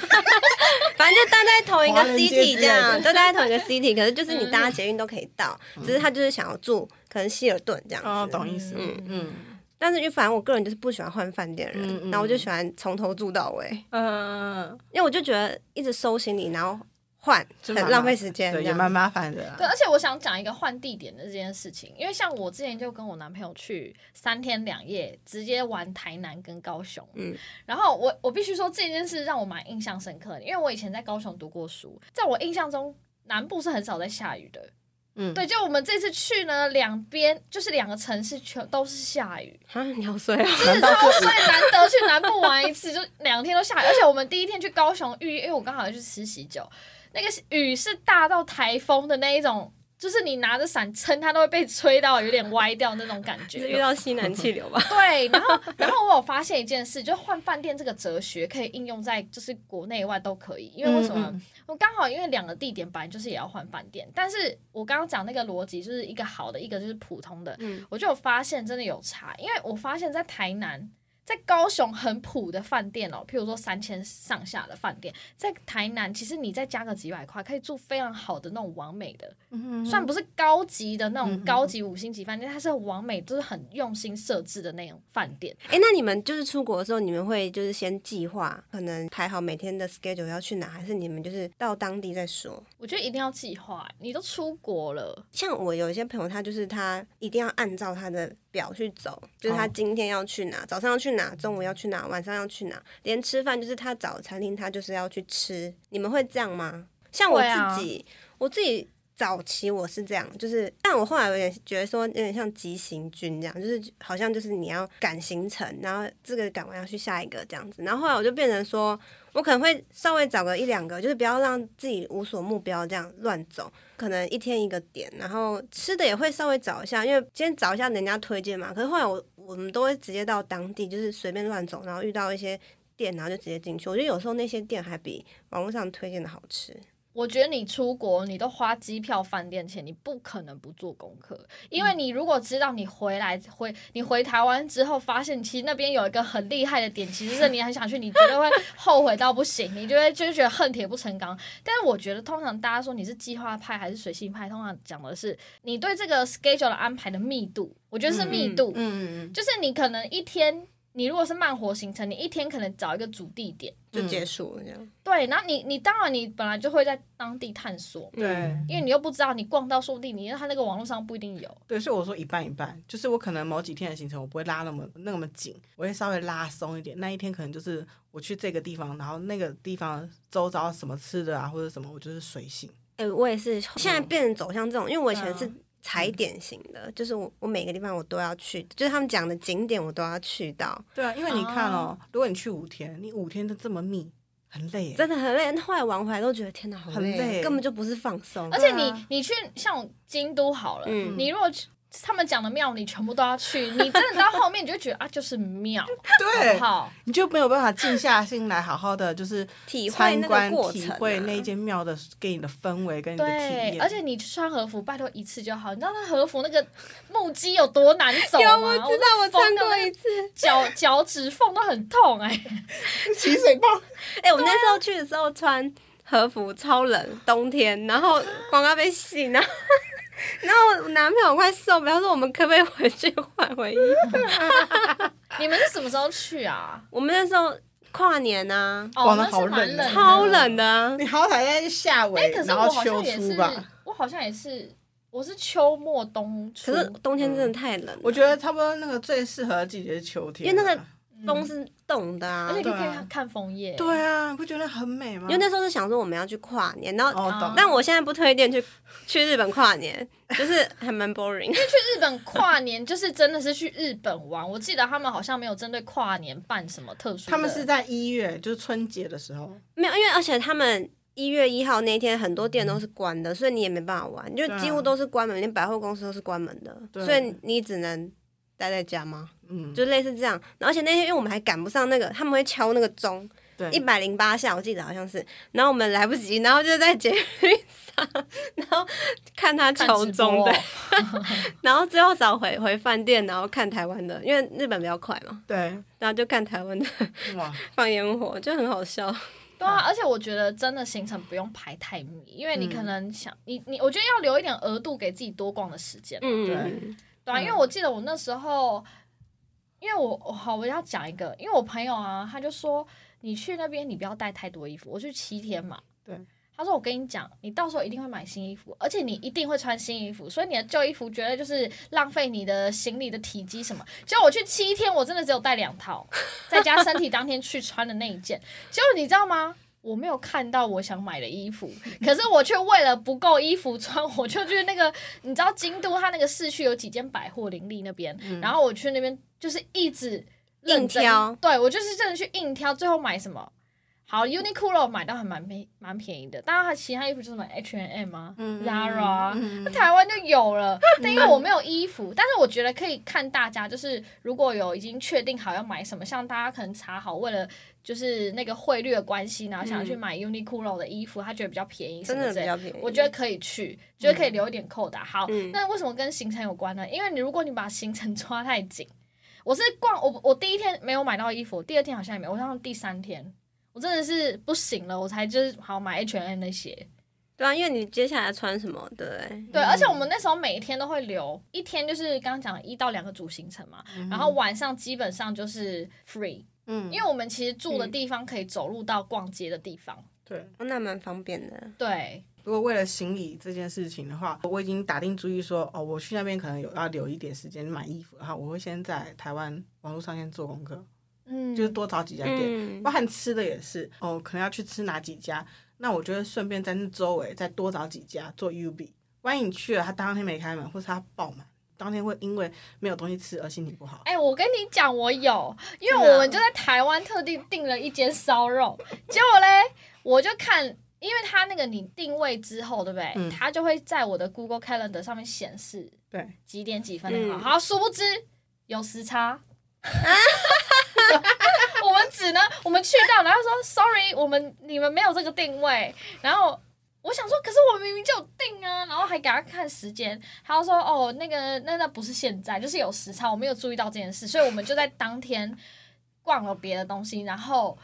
Speaker 1: 反正就待在同一个
Speaker 3: 华人街之类
Speaker 1: city
Speaker 3: 的嗯
Speaker 1: 这样，都待在同一个 city，可是就是你搭捷运都可以到，只是他就是想要住可能希尔顿这
Speaker 3: 哦
Speaker 1: 样，子。
Speaker 3: 懂意思。
Speaker 4: 嗯
Speaker 3: 嗯嗯
Speaker 1: 但是因为反正我个人就是不喜欢换饭店的人，
Speaker 3: 嗯嗯
Speaker 1: 然后我就喜欢从头住到尾，
Speaker 3: 呃，
Speaker 1: 因为我就觉得一直收行李然后换
Speaker 3: 就
Speaker 1: 很
Speaker 3: 蛮麻
Speaker 1: 浪费时间，
Speaker 3: 对，
Speaker 1: 这
Speaker 3: 也
Speaker 1: 样
Speaker 3: 蛮麻烦的啊
Speaker 4: 对，
Speaker 3: 啦。
Speaker 4: 而且我想讲一个换地点的这件事情，因为像我之前就跟我男朋友去三天两夜，直接玩台南跟高雄，嗯
Speaker 1: 嗯，
Speaker 4: 然后我我必须说这件事让我蛮印象深刻的，因为我以前在高雄读过书，在我印象中南部是很少在下雨的，
Speaker 3: 嗯，
Speaker 4: 对，就我们这次去呢，两边就是两个城市全都是下雨，
Speaker 1: 啊，你好衰哦。
Speaker 4: 就是超所以难得去南部玩一次，就两天都下雨，而且我们第一天去高雄遇，因为我刚好要去吃喜酒，那个雨是大到台风的那一种，就是你拿着伞撑，它都会被吹到有点歪掉那种感觉。
Speaker 1: 是遇到 西南气流吧？
Speaker 4: 对，然后然后我有发现一件事，就换饭店这个哲学可以应用在就是国内外都可以，因为为什么？
Speaker 3: 嗯
Speaker 4: 我刚好因为两个地点本来就是也要换饭店，但是我刚刚讲那个逻辑就是一个好的，一个就是普通的，
Speaker 1: 嗯
Speaker 4: 我就有发现真的有差，因为我发现在台南。在高雄很普的饭店哦，譬如说三千上下的饭店，在台南其实你再加个几百块，可以住非常好的那种完美的，
Speaker 3: 嗯
Speaker 4: 虽然不是高级的那
Speaker 3: 嗯
Speaker 4: 种
Speaker 3: 哼
Speaker 4: 高级五星级饭店，它是很完美，就是很用心设置的那种饭店。
Speaker 1: 哎、那你们就是出国的时候，你们会就是先计划，可能排好每天的 schedule 要去哪，还是你们就是到当地再说？
Speaker 4: 我觉得一定要计划，欸你都出国了，
Speaker 1: 像我有一些朋友，他就是他一定要按照他的表去走，就是他
Speaker 3: 哦
Speaker 1: 今天要去哪，早上要去哪，中午要去哪，晚上要去哪，连吃饭就是他找餐厅，他就是要去吃。你们会这样吗？像我
Speaker 4: 会啊
Speaker 1: 自己，我自己早期我是这样，就是，但我后来有点觉得说，有点像急行军这样，就是好像就是你要赶行程，然后这个赶完要去下一个这样子。然后后来我就变成说，我可能会稍微找个一两个，就是不要让自己无所目标这样乱走，可能一天一个点，然后吃的也会稍微找一下，因为今天找一下人家推荐嘛。可是后来我我们都会直接到当地，就是随便乱走，然后遇到一些店，然后就直接进去。我觉得有时候那些店还比网络上推荐的好吃。
Speaker 4: 我觉得你出国，你都花机票、饭店钱，你不可能不做功课，因
Speaker 1: 嗯
Speaker 4: 为你如果知道你回来回你回台湾之后，发现其实那边有一个很厉害的点，其实是你很想去，你绝 对会后悔到不行，你就会就是觉得恨铁不成钢。但是我觉得，通常大家说你是计划派还是随性派，通常讲的是你对这个 schedule 的安排的密度，我觉得是密
Speaker 1: 嗯
Speaker 4: 度，
Speaker 3: 嗯嗯
Speaker 4: 就是你可能一天你如果是慢活行程，你一天可能找一个主地点，
Speaker 1: 就结束了这样。
Speaker 4: 对，然后你你当然你本来就会在当地探索，
Speaker 1: 嗯
Speaker 3: 对
Speaker 4: 因为你又不知道你逛到说不定你他那个网络上不一定有，
Speaker 3: 对，所以我说一半一半，就是我可能某几天的行程我不会拉那么那么紧，我会稍微拉松一点。那一天可能就是我去这个地方，然后那个地方周遭什么吃的啊或者什么，我就是随性。
Speaker 1: 哎、我也是，现在变成走向这种，因为我以前
Speaker 4: 嗯
Speaker 1: 是踩点型的，就是我我每个地方我都要去，就是他们讲的景点我都要去到，
Speaker 3: 对啊，因为你看哦，如果你去五天，你五天都这么密，很累耶。
Speaker 1: 真的很累。后来玩回来都觉得天哪，好
Speaker 3: 很
Speaker 1: 累，
Speaker 3: 累
Speaker 1: 根本就不是放松
Speaker 4: 而。
Speaker 3: 对
Speaker 4: 且
Speaker 3: 啊
Speaker 4: 你你去像京都好了，
Speaker 1: 嗯
Speaker 4: 你如果去他们讲的庙你全部都要去，你真的到后面你就觉得啊就是庙，好
Speaker 3: 对
Speaker 1: 哦
Speaker 4: 不，好？
Speaker 3: 你就没有办法静下心来，好好的就是
Speaker 1: 体会
Speaker 3: 参
Speaker 1: 那
Speaker 3: 观
Speaker 1: 个过
Speaker 3: 体
Speaker 1: 程、啊，
Speaker 3: 会那间庙的给你的氛围跟你的体
Speaker 4: 对，
Speaker 3: 验。
Speaker 4: 而且你穿和服，拜托一次就好。你知道那和服那个木屐有多难走
Speaker 1: 啊
Speaker 3: 啊
Speaker 4: 吗？我知道，我
Speaker 1: 穿过一次，
Speaker 4: 脚脚趾缝都很痛哎、
Speaker 3: 起水泡，
Speaker 1: 哎、我们那时候去的时候穿和服，超冷，冬天，然后广告被洗，然后然后我男朋友快受不了，他说我们可不可以回去换回衣服？
Speaker 4: 你们是什么时候去啊？
Speaker 1: 我们那时候跨年啊，
Speaker 4: 哦
Speaker 3: 哇，那
Speaker 4: 那
Speaker 3: 好
Speaker 4: 是蛮
Speaker 3: 冷
Speaker 4: 的，
Speaker 1: 超冷的啊、
Speaker 3: 你好歹在下围，
Speaker 4: 哎、可是
Speaker 3: 然
Speaker 4: 我
Speaker 3: 后
Speaker 4: 好
Speaker 3: 秋
Speaker 4: 像也
Speaker 3: 初
Speaker 4: 是
Speaker 3: 吧。，
Speaker 4: 我好像也是，我是秋末冬初。
Speaker 1: 可是冬天真的太冷了，
Speaker 3: 我觉得差不多那个最适合的季节是秋天啊，
Speaker 1: 因为那个
Speaker 4: 嗯
Speaker 1: 风是动的啊
Speaker 4: 而且。你可
Speaker 3: 对
Speaker 4: 以
Speaker 3: 啊
Speaker 4: 看看枫叶。
Speaker 3: 对啊，你不觉得很美吗？
Speaker 1: 因为那时候是想说我们要去跨年，然后、
Speaker 3: 哦
Speaker 4: 啊
Speaker 3: 懂，
Speaker 1: 但我现在不推荐去去日本跨年，就是还蛮 boring。
Speaker 4: 日本跨年就是真的是去日本玩，我记得他们好像没有针对跨年办什么特殊的。
Speaker 3: 他们是在一月，就是春节的时候，
Speaker 1: 没有，因为而且他们一月一号那一天很多店都是关的，所以你也没办法玩，就
Speaker 3: 对啊
Speaker 1: 几乎都是关门，连百货公司都是关门的，
Speaker 3: 对
Speaker 1: 所以你只能待在家吗？
Speaker 3: 嗯，
Speaker 1: 就类似这样。然后而且那天因为我们还赶不上那个，他们会敲那个钟，
Speaker 3: 对
Speaker 4: 嗯
Speaker 1: 一百零八下，我记得好像是，然后我们来不及，然后就在捷运上，然后看他
Speaker 4: 看
Speaker 1: 敲
Speaker 4: 直
Speaker 1: 钟
Speaker 4: 播
Speaker 1: 对，然后最后早回回饭店，然后看台湾的，因为日本比较快嘛，
Speaker 3: 对，
Speaker 1: 然后就看台湾的
Speaker 3: 哇，
Speaker 1: 放烟火，就很好笑。
Speaker 4: 对啊，而且我觉得真的行程不用排太密，因为你
Speaker 3: 嗯
Speaker 4: 可能想、你你，我觉得要留一点额度给自己多逛的时间，
Speaker 1: 嗯，
Speaker 3: 对
Speaker 1: 嗯
Speaker 4: 对啊，
Speaker 3: 嗯
Speaker 4: 因为我记得我那时候，因为我我好我要讲一个，因为我朋友啊，他就说你去那边你不要带太多衣服，我去七天嘛，
Speaker 3: 嗯对。
Speaker 4: 他说：“我跟你讲，你到时候一定会买新衣服，而且你一定会穿新衣服，所以你的旧衣服绝对就是浪费你的行李的体积什么。”结果我去七天，我真的只有带两套，再加身体当天去穿的那一件。结果你知道吗？我没有看到我想买的衣服，可是我却为了不够衣服穿，我就去那个，你知道京都它那个市区有几间百货林立那边，然后我去那边就是一直
Speaker 1: 嗯
Speaker 4: 认
Speaker 1: 硬
Speaker 4: 真
Speaker 1: 挑
Speaker 4: 对我就是真的去硬挑，最后买什么？好，Uniqlo 买到还蛮便蛮便宜的，当然它其他衣服就是什么 H&M 啊、Zara
Speaker 1: 嗯
Speaker 3: 嗯
Speaker 4: 啊，那台湾就有了。但因为我没有衣服，但是我觉得可以看大家，就是如果有已经确定好要买什么，像大家可能查好为了就是那个汇率的关系，然后想要去买 Uniqlo 的衣服，他觉得比较便宜，
Speaker 1: 嗯真的
Speaker 4: 什么
Speaker 1: 比
Speaker 4: 之类
Speaker 1: 较便宜。
Speaker 4: 我觉得可以去，觉得可以留一点扣打。好，
Speaker 1: 嗯
Speaker 4: 那为什么跟行程有关呢？因为你如果你把行程 抓太紧，我是逛我我第一天没有买到衣服，第二天好像也没有，我好像第三天我真的是不行了，我才就是好买 H&M 那些。
Speaker 1: 对啊，因为你接下来穿什么，对不对？
Speaker 4: 对，而且我们那时候每一天都会留一天，就是刚刚讲的一到两个主行程嘛，然后晚上基本上就是 free，
Speaker 3: 嗯，
Speaker 4: 因为我们其实住的地方可以走路到逛街的地方。
Speaker 3: 对。
Speaker 1: 哦、那蛮方便的。
Speaker 4: 对，
Speaker 3: 如果为了行李这件事情的话，我已经打定主意说，哦，我去那边可能有要留一点时间买衣服，然后我会先在台湾网络上先做功课，
Speaker 4: 嗯，
Speaker 3: 就是多找几家店，
Speaker 1: 嗯
Speaker 3: 包，含吃的也是，哦，可能要去吃哪几家，那我就会顺便在那周围再多找几家做 UB。万一你去了，他当天没开门，或是他爆满，当天会因为没有东西吃而心情不好。
Speaker 4: 哎、我跟你讲，我有，因为
Speaker 1: 真的啊
Speaker 4: 我们就在台湾特地订了一间烧肉，结果嘞，我就看，因为它那个你定位之后，对不对？
Speaker 3: 嗯
Speaker 4: 它就会在我的 Google Calendar 上面显示
Speaker 3: 对，
Speaker 4: 几点几分的
Speaker 1: 嗯
Speaker 4: 好，好，殊不知有时差。我们只能我们去到，然后说 sorry，我们你们没有这个定位，然后我想说，可是我明明就有定啊，然后还给他看时间，他就说哦，那个那那不是现在，就是有时差，我没有注意到这件事，所以我们就在当天逛了别的东西，然后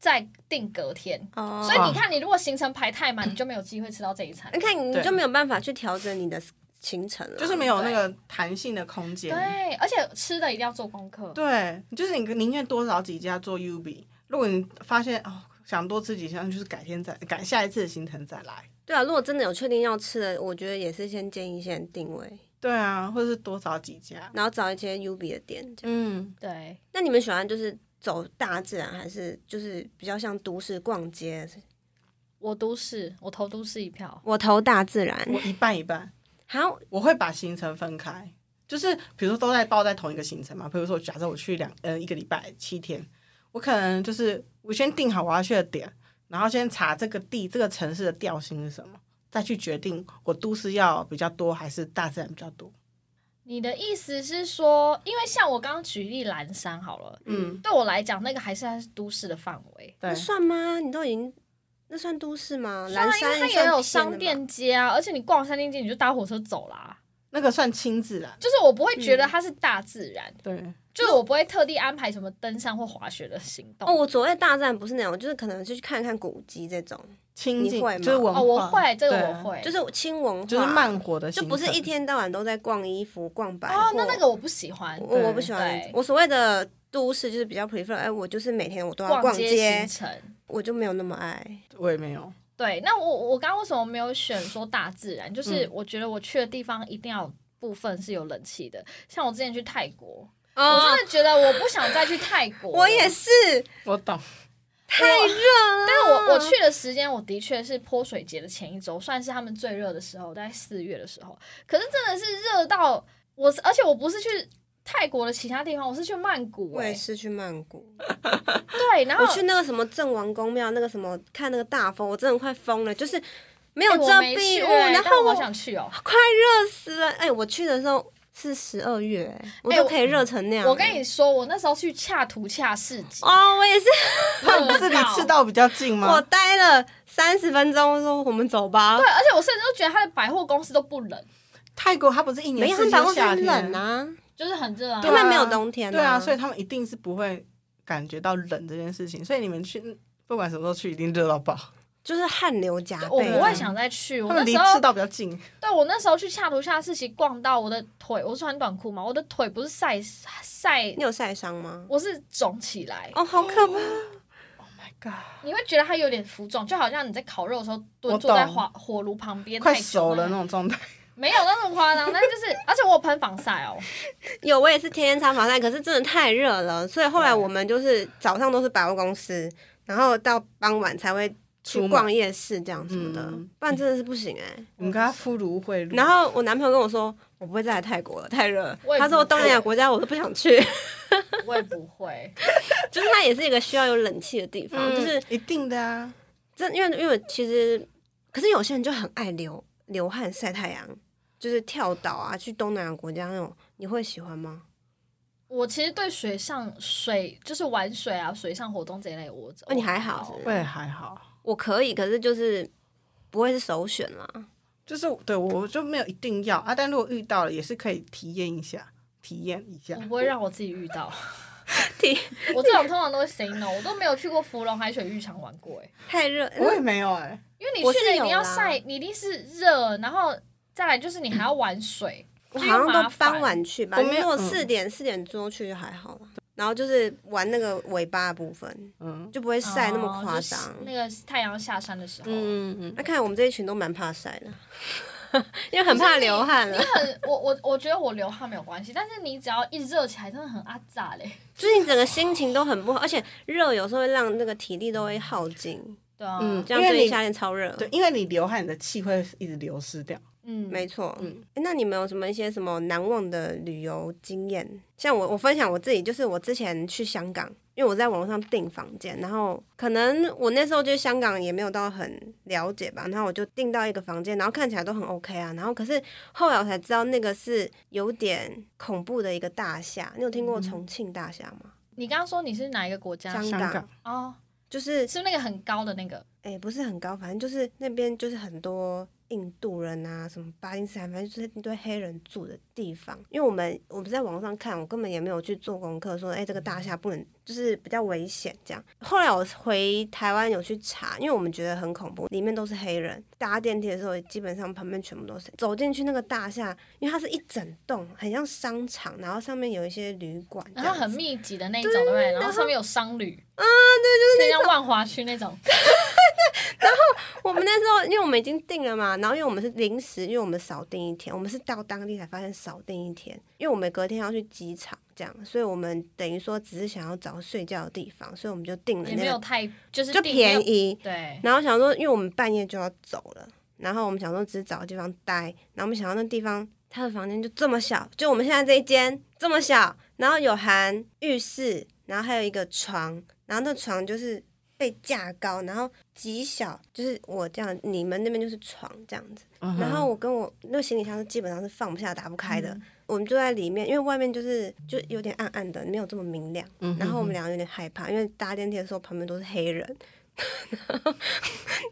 Speaker 4: 再定隔天。
Speaker 1: 哦
Speaker 4: 所以你看，你如果行程排太满，你就没有机会吃到这一餐。
Speaker 1: 你看你
Speaker 3: 对
Speaker 1: 就没有办法去调整你的行程了，
Speaker 3: 就是没有那个弹性的空间。
Speaker 4: 对，而且吃的一定要做功课。
Speaker 3: 对，就是你宁愿多找几家做 UB。如果你发现哦想多吃几家，就是改天再改下一次的行程再来。
Speaker 1: 对啊，如果真的有确定要吃的，我觉得也是先建议先定位，
Speaker 3: 对啊，或者是多找几家。
Speaker 1: 然后找一些 U B 的店。这样
Speaker 3: 嗯，
Speaker 4: 对，
Speaker 1: 那你们喜欢就是走大自然，还是就是比较像都市逛街？
Speaker 4: 我都市，我投都市一票。
Speaker 1: 我投大自然。
Speaker 3: 我一半一半，
Speaker 1: 好，
Speaker 3: 我会把行程分开，就是比如说都在报在同一个行程嘛。比如说，假设我去两呃一个礼拜七天，我可能就是我先定好我要去的点，然后先查这个地这个城市的调性是什么，再去决定我都市要比较多还是大自然比较多。
Speaker 4: 你的意思是说，因为像我刚刚举例蓝山好了，
Speaker 3: 嗯，
Speaker 4: 对我来讲，那个还是它是都市的范围。
Speaker 3: 对
Speaker 1: 那，算吗？你都已经那算都市吗？
Speaker 4: 虽
Speaker 1: 蓝
Speaker 4: 然因为
Speaker 1: 山
Speaker 4: 它
Speaker 1: 算
Speaker 4: 也有
Speaker 1: 偏的
Speaker 4: 商
Speaker 1: 吧，
Speaker 4: 店街啊，而且你逛商店街你就搭火车走啦。
Speaker 3: 那个算亲自然。
Speaker 4: 就是我不会觉
Speaker 1: 嗯
Speaker 4: 得它是大自然，
Speaker 3: 对，
Speaker 4: 就是我不会特地安排什么登山或滑雪的行动。
Speaker 1: 哦，我所谓大自然不是那种，就是可能就去看看古迹这种，
Speaker 3: 亲近
Speaker 1: 你会吗
Speaker 3: 就是文化，
Speaker 4: 哦，我会这个
Speaker 3: 对啊
Speaker 4: 我，会，
Speaker 1: 啊就是轻文化，
Speaker 3: 就是慢活的
Speaker 1: 就
Speaker 3: 行程，
Speaker 1: 不是一天到晚都在逛衣服、逛百货。
Speaker 4: 哦，那那个我不喜欢
Speaker 1: 我我不
Speaker 3: 对
Speaker 1: 喜欢
Speaker 4: 对。
Speaker 1: 我所谓的都市就是比较 prefer，哎，我就是每天我都要
Speaker 4: 逛
Speaker 1: 街
Speaker 4: 行，程。
Speaker 1: 我就没有那么爱。
Speaker 3: 我也没有。
Speaker 4: 对，那我我刚刚为什么没有选说大自然？
Speaker 1: 嗯
Speaker 4: 就是我觉得我去的地方一定要有部分是有冷气的，像我之前去泰国，我真的觉得我不想再去泰国。
Speaker 1: 我也，是，
Speaker 3: 我 懂，
Speaker 1: 太热了。
Speaker 4: 但是我我去的时间，我的确是泼水节的前一周，算是他们最热的时候，大概四月的时候。可是真的是热到我是，而且我不是去泰国的其他地方，我是去曼谷、
Speaker 1: 我也
Speaker 4: 欸。
Speaker 1: 是去曼谷，
Speaker 4: 嗯对，然后
Speaker 1: 我去那个什么郑王公庙，那个什么看那个大风，我真的快疯了，就是没
Speaker 4: 哎
Speaker 1: 有
Speaker 4: 我
Speaker 1: 遮
Speaker 4: 没
Speaker 1: 蔽
Speaker 4: 去
Speaker 1: 物，
Speaker 4: 欸
Speaker 1: 然
Speaker 4: 但
Speaker 1: 后
Speaker 4: 我
Speaker 1: 我
Speaker 4: 好想去哦。
Speaker 1: 快热死了。哎，我去的时候是十二月，哎我
Speaker 4: 哎
Speaker 1: 都
Speaker 4: 我
Speaker 1: 可以热成那样。欸
Speaker 4: 我跟你说，我那时候去恰图恰市集，
Speaker 1: 哦，我也是，哦
Speaker 4: 热
Speaker 3: 自己吃
Speaker 4: 到
Speaker 3: 到比较近
Speaker 1: 我
Speaker 3: 吗？
Speaker 1: 待了三十分钟，我说我们走吧
Speaker 4: 对，。而且我甚至都觉得他的百货公司都不冷，
Speaker 3: 泰国它不是一
Speaker 1: 没
Speaker 3: 年
Speaker 1: 有，
Speaker 3: 四
Speaker 1: 他
Speaker 3: 季
Speaker 1: 们百货
Speaker 3: 都夏
Speaker 1: 很
Speaker 3: 天
Speaker 1: 冷，啊，
Speaker 4: 就是很热啊
Speaker 1: 他。们没有冬天。
Speaker 3: 对啊，
Speaker 1: 啊，
Speaker 3: 所以他们一定是不会感觉到冷这件事情。所以你们去，不管什么时候去，一定热到爆。
Speaker 1: 就是汗流浃
Speaker 4: 我
Speaker 1: 背
Speaker 4: 不
Speaker 1: 啊。
Speaker 4: 会想再去。我
Speaker 3: 他
Speaker 4: 那
Speaker 3: 们离
Speaker 4: 时候，Oh
Speaker 3: 赤，道比较近，
Speaker 4: 对我那时候去恰图恰市集逛到我的腿，我穿短裤嘛，我的腿不是晒晒，
Speaker 1: 你有晒伤吗？
Speaker 4: 我是肿起来。
Speaker 1: 哦，好可怕！
Speaker 4: 你会觉得它有点浮肿，就好像你在烤肉的时候蹲
Speaker 3: 我
Speaker 4: 坐在
Speaker 3: 懂
Speaker 4: 火火炉旁边
Speaker 3: 快
Speaker 4: 太久
Speaker 3: 熟了
Speaker 4: 那
Speaker 3: 那种状 态。
Speaker 4: 没有那么夸张，但是就是，而且我有喷防晒哦，
Speaker 1: 有，我也是天天擦防晒，可是真的太热了，所以后来我们就是早上都是百货公司，然后到傍晚才会
Speaker 3: 出
Speaker 1: 去
Speaker 3: 门
Speaker 1: 逛夜市这样什么的，
Speaker 3: 嗯
Speaker 1: 不然真的是不行哎、
Speaker 3: 我
Speaker 4: 嗯
Speaker 3: 们跟他敷芦荟露，
Speaker 1: 然后我男朋友跟我说，我不会再来泰国了，太热了
Speaker 4: 我。也
Speaker 1: 他说
Speaker 4: 不会
Speaker 1: 东南亚国家我都不想 去，
Speaker 4: 我也不会。
Speaker 1: 就是它也是一个需要有冷气的地方，
Speaker 4: 嗯
Speaker 1: 就是
Speaker 3: 一定的啊。
Speaker 1: 真因为因为其实，可是有些人就很爱流流汗晒太阳，就是跳岛啊，去东南亚国家那种，你会喜欢吗？
Speaker 4: 我其实对水上水就是玩水啊、水上活动这一类我，
Speaker 1: 哦你还好是不是
Speaker 3: 我也还好，
Speaker 1: 我可以，可是就是不会是首选啦。
Speaker 3: 就是对我就没有一定要啊，但如果遇到了，也是可以体验一下，体验一下
Speaker 4: 我。
Speaker 1: 嗯
Speaker 4: 不会让我自己遇到。
Speaker 1: 体
Speaker 4: 我这种通常都会 say no，我都没有去过芙蓉海水浴场玩过哎、
Speaker 1: 太热，
Speaker 3: 我也没有哎，
Speaker 4: 因为你
Speaker 1: 我
Speaker 4: 去
Speaker 1: 是
Speaker 4: 了一
Speaker 1: 有
Speaker 4: 定要
Speaker 1: 啦
Speaker 4: 晒，你一定是热，然后再来就是你还要玩水，
Speaker 1: 我
Speaker 4: 就
Speaker 1: 好
Speaker 4: 又
Speaker 1: 像
Speaker 4: 麻
Speaker 1: 都
Speaker 4: 烦哦
Speaker 1: 傍晚去吧。
Speaker 3: 我
Speaker 1: 如
Speaker 3: 没有
Speaker 1: 果
Speaker 3: 嗯
Speaker 1: 四点四点多去就还好了。然后就是玩那个尾巴的部分，
Speaker 3: 嗯
Speaker 1: 就不会晒那么
Speaker 4: 哦
Speaker 1: 夸
Speaker 4: 就是
Speaker 1: 张。
Speaker 4: 那个太阳下山的时候，
Speaker 3: 嗯嗯
Speaker 1: 那看来我们这一群都蛮怕晒的， 因为很怕流汗了。
Speaker 4: 很我我我觉得我流汗没有关系，但是你只要一热起来，真的很阿炸嘞。
Speaker 1: 就是你整个心情都很不好，而且热有时候会让那个体力都会耗尽。
Speaker 4: 对啊，
Speaker 3: 嗯
Speaker 1: 这样
Speaker 3: 因为
Speaker 1: 最近
Speaker 3: 你
Speaker 1: 夏天超热。
Speaker 3: 对，因为你流汗，你的气会一直流失掉。
Speaker 4: 嗯
Speaker 1: 没错，
Speaker 3: 嗯
Speaker 1: 诶那你们有什么一些什么难忘的旅游经验？像我，我分享我自己，就是我之前去香港，因为我在网络上订房间，然后可能我那时候对香港也没有到很了解吧，然后我就订到一个房间，然后看起来都很 OK 啊，然后可是后来我才知道那个是有点恐怖的一个大厦，你有听过重庆大厦吗？
Speaker 4: 你刚刚说你是哪一个国家？
Speaker 1: 香
Speaker 3: 香港
Speaker 1: 港，
Speaker 4: 哦，
Speaker 1: 就是
Speaker 4: 是不是那个很高的那个？
Speaker 1: 哎、不是很高，反正就是那边就是很多印度人啊，什么巴基斯坦，反正就是一堆黑人住的地方。因为我们我不是在网上看，我根本也没有去做功课，说哎、这个大厦不能，就是比较危险这样。后来我回台湾有去查，因为我们觉得很恐怖，里面都是黑人。搭电梯的时候，基本上旁边全部都是。走进去那个大厦，因为它是一整栋，很像商场，然后上面有一些旅馆这样子，
Speaker 4: 然后啊很密集的那一种，对不对？然后上面有商旅，啊，对，就是像万华区那种，
Speaker 1: 我们那时候，因为我们已经订了嘛，然后因为我们是临时，因为我们少订一天，我们是到当地才发现少订一天，因为我们隔天要去机场，这样，所以我们等于说只是想要找睡觉的地方，所以我们就订了
Speaker 4: 也
Speaker 1: 那
Speaker 4: 没有
Speaker 1: 个，
Speaker 4: 太就是
Speaker 1: 就
Speaker 4: 地
Speaker 1: 便，宜。
Speaker 4: 对，
Speaker 1: 然后想说，因为我们半夜就要走了，然后我们想说只是找个地方待，然后我们想到那地方，他的房间就这么小，就我们现在这一间这么小，然后有含浴室，然后还有一个床，然后那床就是被架高，然后极小，就是我这样，你们那边就是床这样子。
Speaker 3: 嗯哼嗯
Speaker 1: 然后我跟我那行李箱是基本上是放不下、打不开的，我们就在里面，因为外面就是就有点暗暗的，没有这么明亮。
Speaker 3: 嗯
Speaker 1: 然后我们两个有点害怕，因为搭电梯的时候旁边都是黑人，
Speaker 3: 嗯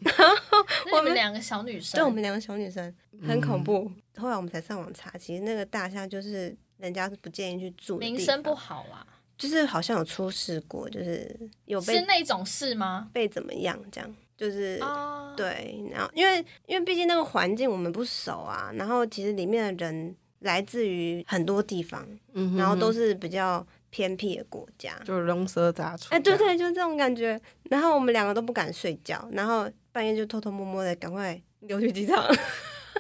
Speaker 1: 然后
Speaker 4: 那
Speaker 1: 我
Speaker 4: 你们
Speaker 1: 们
Speaker 4: 两个小女生，
Speaker 1: 就我们两个小女生
Speaker 3: 嗯
Speaker 1: 很恐
Speaker 4: 嗯
Speaker 1: 怖。后来我们才上网查，其实那个大厦就是人家是不建议去住的，
Speaker 4: 名声不，好啦，
Speaker 1: 就是好像有出事过，就是有
Speaker 4: 是
Speaker 1: 被
Speaker 4: 那种事吗？
Speaker 1: 被怎么样这样，就是
Speaker 4: 啊，
Speaker 1: 对，然后因为因为毕竟那个环境我们不熟啊，然后其实里面的人来自于很多地方，
Speaker 3: 嗯哼
Speaker 1: 然后都
Speaker 3: 哼
Speaker 1: 是比较偏僻的国家。
Speaker 3: 就龙蛇杂处这
Speaker 1: 哎、
Speaker 3: 样，
Speaker 1: 对对，就是这种感觉。然后我们两个都不敢睡觉，然后半夜就偷偷摸摸的赶快溜去机场。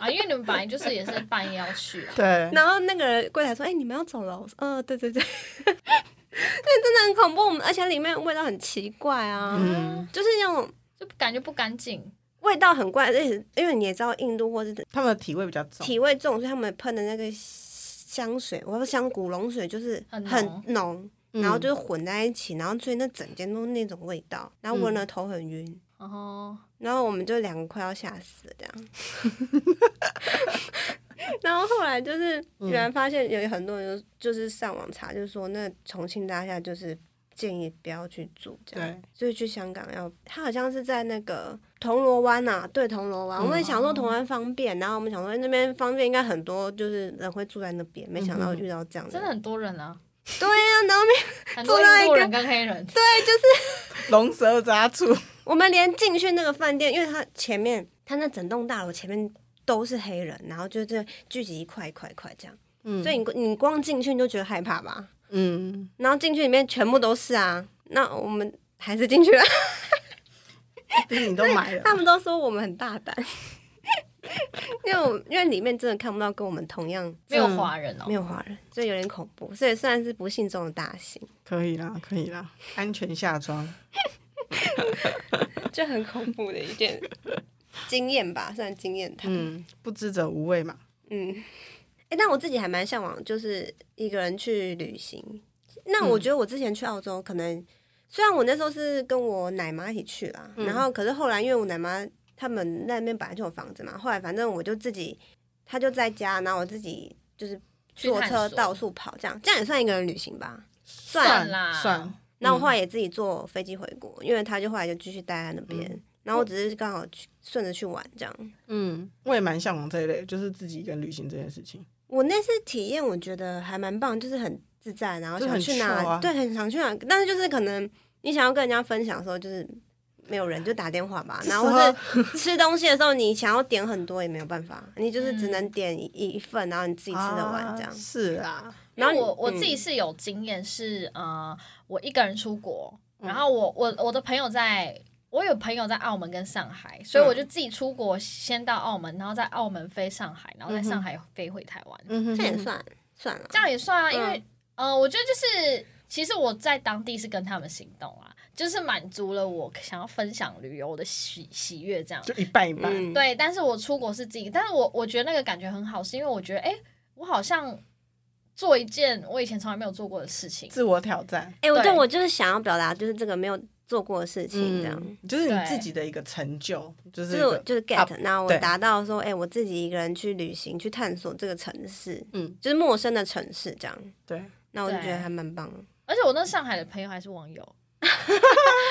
Speaker 4: 啊，因为你们本来就是也是半夜要去啊，
Speaker 3: 对，
Speaker 1: 然后那个柜台说：“哎、你们要走了？”我说：“嗯、对对 对。”那真的很恐怖，我们而且里面味道很奇怪啊，
Speaker 3: 嗯，
Speaker 1: 就是那种
Speaker 4: 就感觉不干净，
Speaker 1: 味道很怪，而且因为你也知道印度或是
Speaker 3: 他们的体味比较重，
Speaker 1: 体味重，所以他们喷的那个香水，我说香古龙水就是
Speaker 4: 很
Speaker 1: 很
Speaker 4: 浓
Speaker 1: 浓，
Speaker 3: 嗯
Speaker 1: 然后就是混在一起，然后所以那整间都是那种味道，然后闻了头很晕。
Speaker 4: 然后
Speaker 1: 然后我们就两个快要吓死了这样。 然后后来就是，居然发现有很多人就就是上网查，就是说那重庆大厦就是建议不要去住这样
Speaker 3: 对，
Speaker 1: 所以去香港要，他好像是在那个铜锣湾呐、啊，对铜锣湾。我们想说铜锣湾方便，然后我们想说哎那边方便应该很多，就是人会住在那边，没想到遇到这样
Speaker 4: 真的
Speaker 1: 人
Speaker 4: 很多人啊，
Speaker 1: 对啊，然后没
Speaker 4: 很多
Speaker 1: 坐在
Speaker 4: 印
Speaker 1: 一
Speaker 4: 度
Speaker 1: 个
Speaker 4: 人跟黑人，
Speaker 3: 龙蛇杂处，
Speaker 1: 我们连进去那个饭店，因为它前面，它那整栋大楼前面都是黑人，然后就这聚集一块一块一块这样，
Speaker 3: 嗯
Speaker 1: 所以你你光进去你就觉得害怕吧？
Speaker 3: 嗯，
Speaker 1: 然后进去里面全部都是啊，那我们还是进去了。
Speaker 3: 毕竟你嗯都买了，
Speaker 1: 他们都说我们很大胆， 因为我因为里面真的看不到跟我们同样
Speaker 4: 没有华人哦
Speaker 1: 没，有华人，所以有点恐怖，所以算是不幸中的大幸，
Speaker 3: 可以啦，可以啦，安全下装，
Speaker 1: 就很恐怖的一件经验吧，算经验谈。
Speaker 3: 嗯，不知者无畏嘛，
Speaker 1: 嗯，哎、但我自己还蛮向往，就是一个人去旅行。那
Speaker 4: 嗯
Speaker 1: 我觉得我之前去澳洲，可能、虽然我那时候是跟我奶妈一起去啦，
Speaker 4: 嗯
Speaker 1: 然后可是后来因为我奶妈他们那边本来就有房子嘛，后来反正我就自己，她就在家，然后我自己就是
Speaker 4: 去
Speaker 1: 坐
Speaker 4: 探
Speaker 1: 车
Speaker 4: 索
Speaker 1: 到处跑，这样这样也算一个人旅行吧。
Speaker 4: 算嗯啦
Speaker 3: 算，
Speaker 1: 那我后来也自己坐飞机回国，因为她就后来就继续待在那边，
Speaker 4: 嗯
Speaker 1: 然后我只是刚好去顺着去玩这样。
Speaker 3: 嗯，我也蛮向往这一类，就是自己一个人旅行这件事情，
Speaker 1: 我那次体验，我觉得还蛮棒，就是很自在，然后
Speaker 3: 就
Speaker 1: 想
Speaker 3: 很
Speaker 1: 去哪，
Speaker 3: chill 啊
Speaker 1: 对，很想去哪。但是就是可能你想要跟人家分享的时候，就是没有人，就打电话吧。
Speaker 3: 啊
Speaker 1: 然后或是 吃东西的时候，你想要点很多也没有办法，你就是只能点一一份，然后你自己吃得完这样
Speaker 3: 嗯啊。是啊，
Speaker 4: 然
Speaker 1: 然
Speaker 4: 后
Speaker 1: 后
Speaker 4: 我我
Speaker 1: 嗯
Speaker 4: 自己是有经验是，呃，我一个人出国，
Speaker 1: 嗯
Speaker 4: 然后我我我的朋友在，我有朋友在澳门跟上海，所以
Speaker 1: 嗯
Speaker 4: 我就自己出国，先到澳门，然后在澳门飞上海，
Speaker 1: 嗯
Speaker 4: 然后在上海飞回台湾，
Speaker 3: 嗯哼
Speaker 1: 这也算算了
Speaker 4: 这。样也
Speaker 1: 嗯
Speaker 4: 算啊，因为、呃，我觉得就是其实我在当地是跟他们行动啊，就是满足了我想要分享旅游的喜喜悦这样。
Speaker 3: 就一半一半，
Speaker 1: 嗯，
Speaker 4: 对，但是我出国是自己，但是我我觉得那个感觉很好，是因为我觉得，哎、我好像做一件我以前从来没有做过的事情，
Speaker 3: 自我挑战，
Speaker 1: 哎，我
Speaker 4: 对
Speaker 1: 对我就是想要表达，就是这个没有做过的事情这样。
Speaker 3: 嗯，就是你
Speaker 4: 对
Speaker 3: 自己的一个成就，就是
Speaker 1: 就
Speaker 3: 一
Speaker 1: 是我
Speaker 3: 个
Speaker 1: 就是 get，、
Speaker 3: up，
Speaker 1: 然后我
Speaker 3: 对
Speaker 1: 达到说，哎、我自己一个人去旅行，去探索这个城市，
Speaker 3: 嗯，
Speaker 1: 就是陌生的城市这样。
Speaker 3: 对，
Speaker 1: 那我就觉
Speaker 4: 对
Speaker 1: 得还蛮棒的。
Speaker 4: 而且我那上海的朋友还是网友，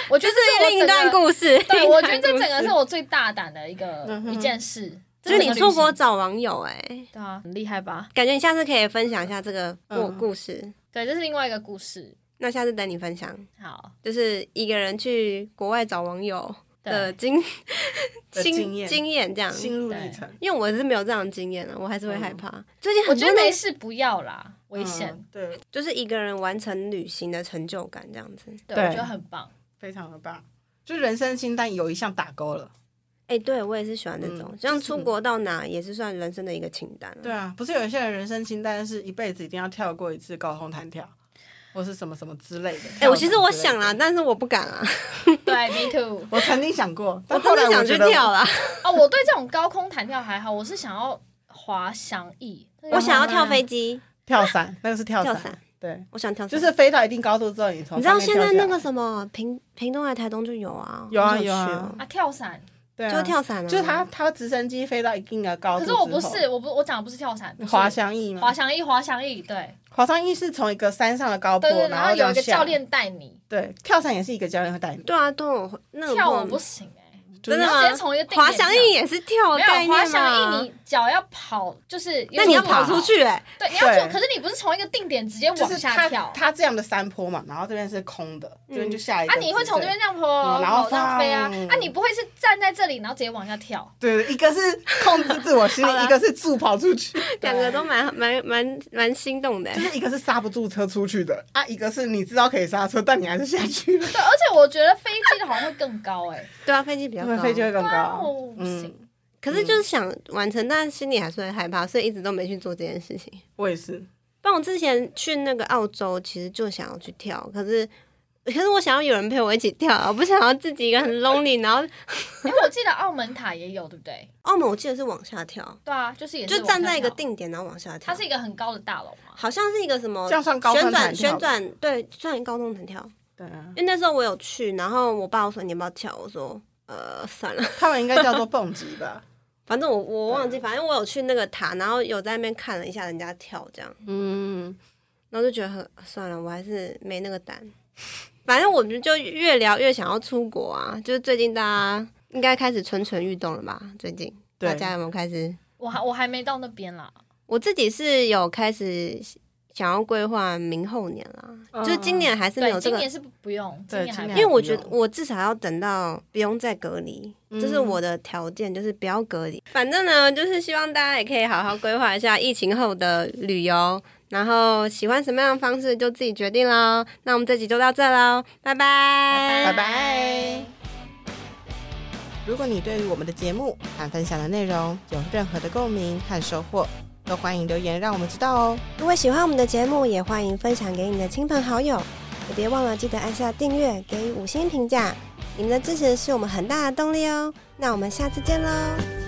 Speaker 4: 我觉
Speaker 1: 就
Speaker 4: 得这
Speaker 1: 是另一段
Speaker 4: 事。
Speaker 1: 故事。
Speaker 4: 对，我觉得这
Speaker 1: 另一
Speaker 4: 整
Speaker 1: 段故
Speaker 4: 个是
Speaker 1: 事，
Speaker 4: 我最大胆的一个
Speaker 3: 嗯哼
Speaker 4: 一件事。
Speaker 1: 就是你
Speaker 4: 这整个旅
Speaker 1: 出
Speaker 4: 行
Speaker 1: 国找网友哎、
Speaker 4: 对啊，很厉害吧？
Speaker 1: 感觉你下次可以分享一下这个故
Speaker 3: 嗯
Speaker 1: 故事。
Speaker 4: 对，这是另外一个故事。
Speaker 1: 那下次等你分享，
Speaker 4: 好，
Speaker 1: 就是一个人去国外找网友的
Speaker 4: 对，
Speaker 1: 经
Speaker 3: 的
Speaker 1: 经
Speaker 3: 经验
Speaker 1: 经验这样。
Speaker 3: 心路
Speaker 4: 对
Speaker 3: 历程，
Speaker 1: 因为我是没有这样的经验的，我还是会害怕。最 近
Speaker 4: 我
Speaker 1: 很
Speaker 4: 觉
Speaker 1: 多
Speaker 4: 得
Speaker 1: 那
Speaker 4: 没
Speaker 1: 个
Speaker 4: 事，不要啦，危险。
Speaker 3: 嗯对，
Speaker 1: 就是一个人完成旅行的成就感这样子。
Speaker 4: 对，
Speaker 3: 对
Speaker 4: 我觉得很棒。
Speaker 3: 非常的棒。就人生清单有一项打勾了，
Speaker 1: 哎、对我也是喜欢这种，
Speaker 3: 嗯
Speaker 1: 像
Speaker 3: 就是
Speaker 1: 出国到哪也是算人生的一个清单、啊。
Speaker 3: 对啊，不是有一些人人生清单是一辈子一定要跳过一次高空弹跳，或是什么什么之类的。
Speaker 1: 哎、我其实我想
Speaker 3: 啊，
Speaker 1: 啦，但是我不敢啊，
Speaker 4: 对，me too。
Speaker 3: 我曾经想过，
Speaker 1: 我
Speaker 3: 但
Speaker 1: 真
Speaker 3: 后来
Speaker 1: 的想
Speaker 3: 觉
Speaker 1: 去
Speaker 3: 得
Speaker 1: 跳啦，
Speaker 4: 哦，我对这种高空弹跳还好，我是想要滑翔翼。那个
Speaker 1: 我想要跳
Speaker 4: 吗
Speaker 1: 飞机，
Speaker 3: 跳伞，那个是跳
Speaker 1: 跳
Speaker 3: 伞
Speaker 1: 伞，
Speaker 3: 对，
Speaker 1: 我想跳伞。
Speaker 3: 就是飞到一定高度之后，你从
Speaker 1: 你知道
Speaker 3: 上面
Speaker 1: 现在
Speaker 3: 跳下
Speaker 1: 那
Speaker 3: 来
Speaker 1: 个什么屏屏东来台东就有啊，
Speaker 3: 有啊
Speaker 1: 好想去
Speaker 3: 有啊
Speaker 1: 哦
Speaker 4: 啊，跳伞。
Speaker 3: 对、啊，
Speaker 1: 就跳伞啊，
Speaker 3: 就是它它直升机飞到一定的高度
Speaker 4: 可
Speaker 3: 之
Speaker 4: 是
Speaker 3: 后，
Speaker 4: 我不是，我不，我讲的不是跳伞，不是
Speaker 3: 滑翔翼嘛，
Speaker 4: 滑翔翼，滑翔翼，对
Speaker 3: 华商一是从一个山上的高坡，
Speaker 4: 对对，
Speaker 3: 然
Speaker 4: 后
Speaker 3: 后这
Speaker 4: 有
Speaker 3: 样
Speaker 4: 一个
Speaker 3: 下
Speaker 4: 教，练带你
Speaker 3: 对，跳伞也是一个教练会带你，
Speaker 1: 对啊，都有那个
Speaker 4: 跳，
Speaker 1: 不
Speaker 4: 我
Speaker 1: 能
Speaker 4: 不行哎，
Speaker 3: 就是
Speaker 1: 真的
Speaker 4: 你要
Speaker 1: 吗
Speaker 4: 直接从一个定点
Speaker 1: 滑翔翼也是跳的
Speaker 4: 没
Speaker 1: 概
Speaker 4: 有
Speaker 1: 念吗
Speaker 4: 滑翔翼，你脚要跑，就是
Speaker 1: 那你要
Speaker 4: 有点
Speaker 1: 跑出，去哎，
Speaker 4: 对，你要做，
Speaker 3: 对
Speaker 4: 可是你不是从一个定点直接
Speaker 3: 就
Speaker 4: 往
Speaker 3: 是
Speaker 4: 下
Speaker 3: 它
Speaker 4: 跳，
Speaker 3: 它这样的山坡嘛，然后这边是空的，这边就下一个
Speaker 4: 啊，
Speaker 3: 直升，
Speaker 4: 你会从这边这样
Speaker 3: 嗯
Speaker 4: 跑，
Speaker 3: 然后
Speaker 4: 跑这样飞啊
Speaker 3: 放，
Speaker 4: 啊，你不会是站在这里然后直接往下跳，
Speaker 3: 对，一个是 控制自我心
Speaker 1: 好
Speaker 3: 理，
Speaker 1: 啦
Speaker 3: 一个是助跑出去，
Speaker 1: 两个都蛮蛮蛮蛮心动的欸
Speaker 3: 就。是一个是刹不住车出去的啊，一个是你知道可以刹车，但你还是下去了，
Speaker 4: 对，而且我觉得飞机的好像会更高哎，
Speaker 1: 对啊，飞机比较
Speaker 3: 因
Speaker 1: 高
Speaker 3: 为，飞机会更
Speaker 4: 啊，
Speaker 3: 高，
Speaker 4: 我不行。
Speaker 3: 嗯，
Speaker 1: 可是就是想完成，但心里还是会害怕，所以一直都没去做这件事情。
Speaker 3: 我也是，
Speaker 1: 不然我之前去那个澳洲，其实就想要去跳，可是可是我想要有人陪我一起跳啊，我不想要自己一个很 lonely。然后
Speaker 4: 哎，我记得澳门塔也有，对不对？
Speaker 1: 澳门我记得是往下跳，
Speaker 4: 对啊，就是也是
Speaker 1: 就
Speaker 4: 往
Speaker 1: 站
Speaker 4: 下
Speaker 1: 在一个
Speaker 4: 跳，
Speaker 1: 定点然后往下跳，
Speaker 4: 它是一个很高的大楼嘛。
Speaker 1: 好像是一个什么
Speaker 3: 这样算高空
Speaker 1: 旋
Speaker 3: 弹
Speaker 1: 转
Speaker 3: 跳
Speaker 1: 旋
Speaker 3: 吧
Speaker 1: 转，对，算高空弹跳。
Speaker 3: 对啊
Speaker 1: 因，为那时候我有去，然后我爸我说你要不要跳，我说呃算了，
Speaker 3: 他们应该叫做蹦极吧，
Speaker 1: 反正我我忘
Speaker 4: 啊
Speaker 1: 记，反正我有去那个塔，然后有在那边看了一下人家跳这样，
Speaker 3: 嗯，
Speaker 1: 然后就觉得很算了，我还是没那个胆。反正我们就越聊越想要出国啊，就是最近大家应该开始蠢蠢欲动了吧？最近
Speaker 3: 对
Speaker 1: 大家有没有开始？
Speaker 4: 我还我还没到那边啦，
Speaker 1: 我自己是有开始想要规划明后年啦，就是今年还是没
Speaker 4: 嗯对，
Speaker 1: 有这
Speaker 4: 今
Speaker 1: 个
Speaker 4: 年是不不用，今
Speaker 3: 对
Speaker 4: 年
Speaker 3: 今
Speaker 4: 还不
Speaker 1: 因
Speaker 3: 年
Speaker 1: 为
Speaker 4: 用
Speaker 1: 我觉得我至少要等到不用再隔离，这、是我
Speaker 4: 嗯
Speaker 1: 的条件，就是不要隔离。反正呢，就是希望大家也可以好好规划一下疫情后的旅游，然后喜欢什么样的方式就自己决定喽。那我们这集就到这喽，拜拜
Speaker 3: 拜
Speaker 4: 拜
Speaker 3: 拜如果你对于我们的节目和分享的内容有任何的共鸣和收获，都欢迎留言让我们知道哦。
Speaker 1: 如果喜欢我们的节目，也欢迎分享给你的亲朋好友，也别忘了记得按下订阅，给予五星评价。你们的支持是我们很大的动力哦。那我们下次见喽。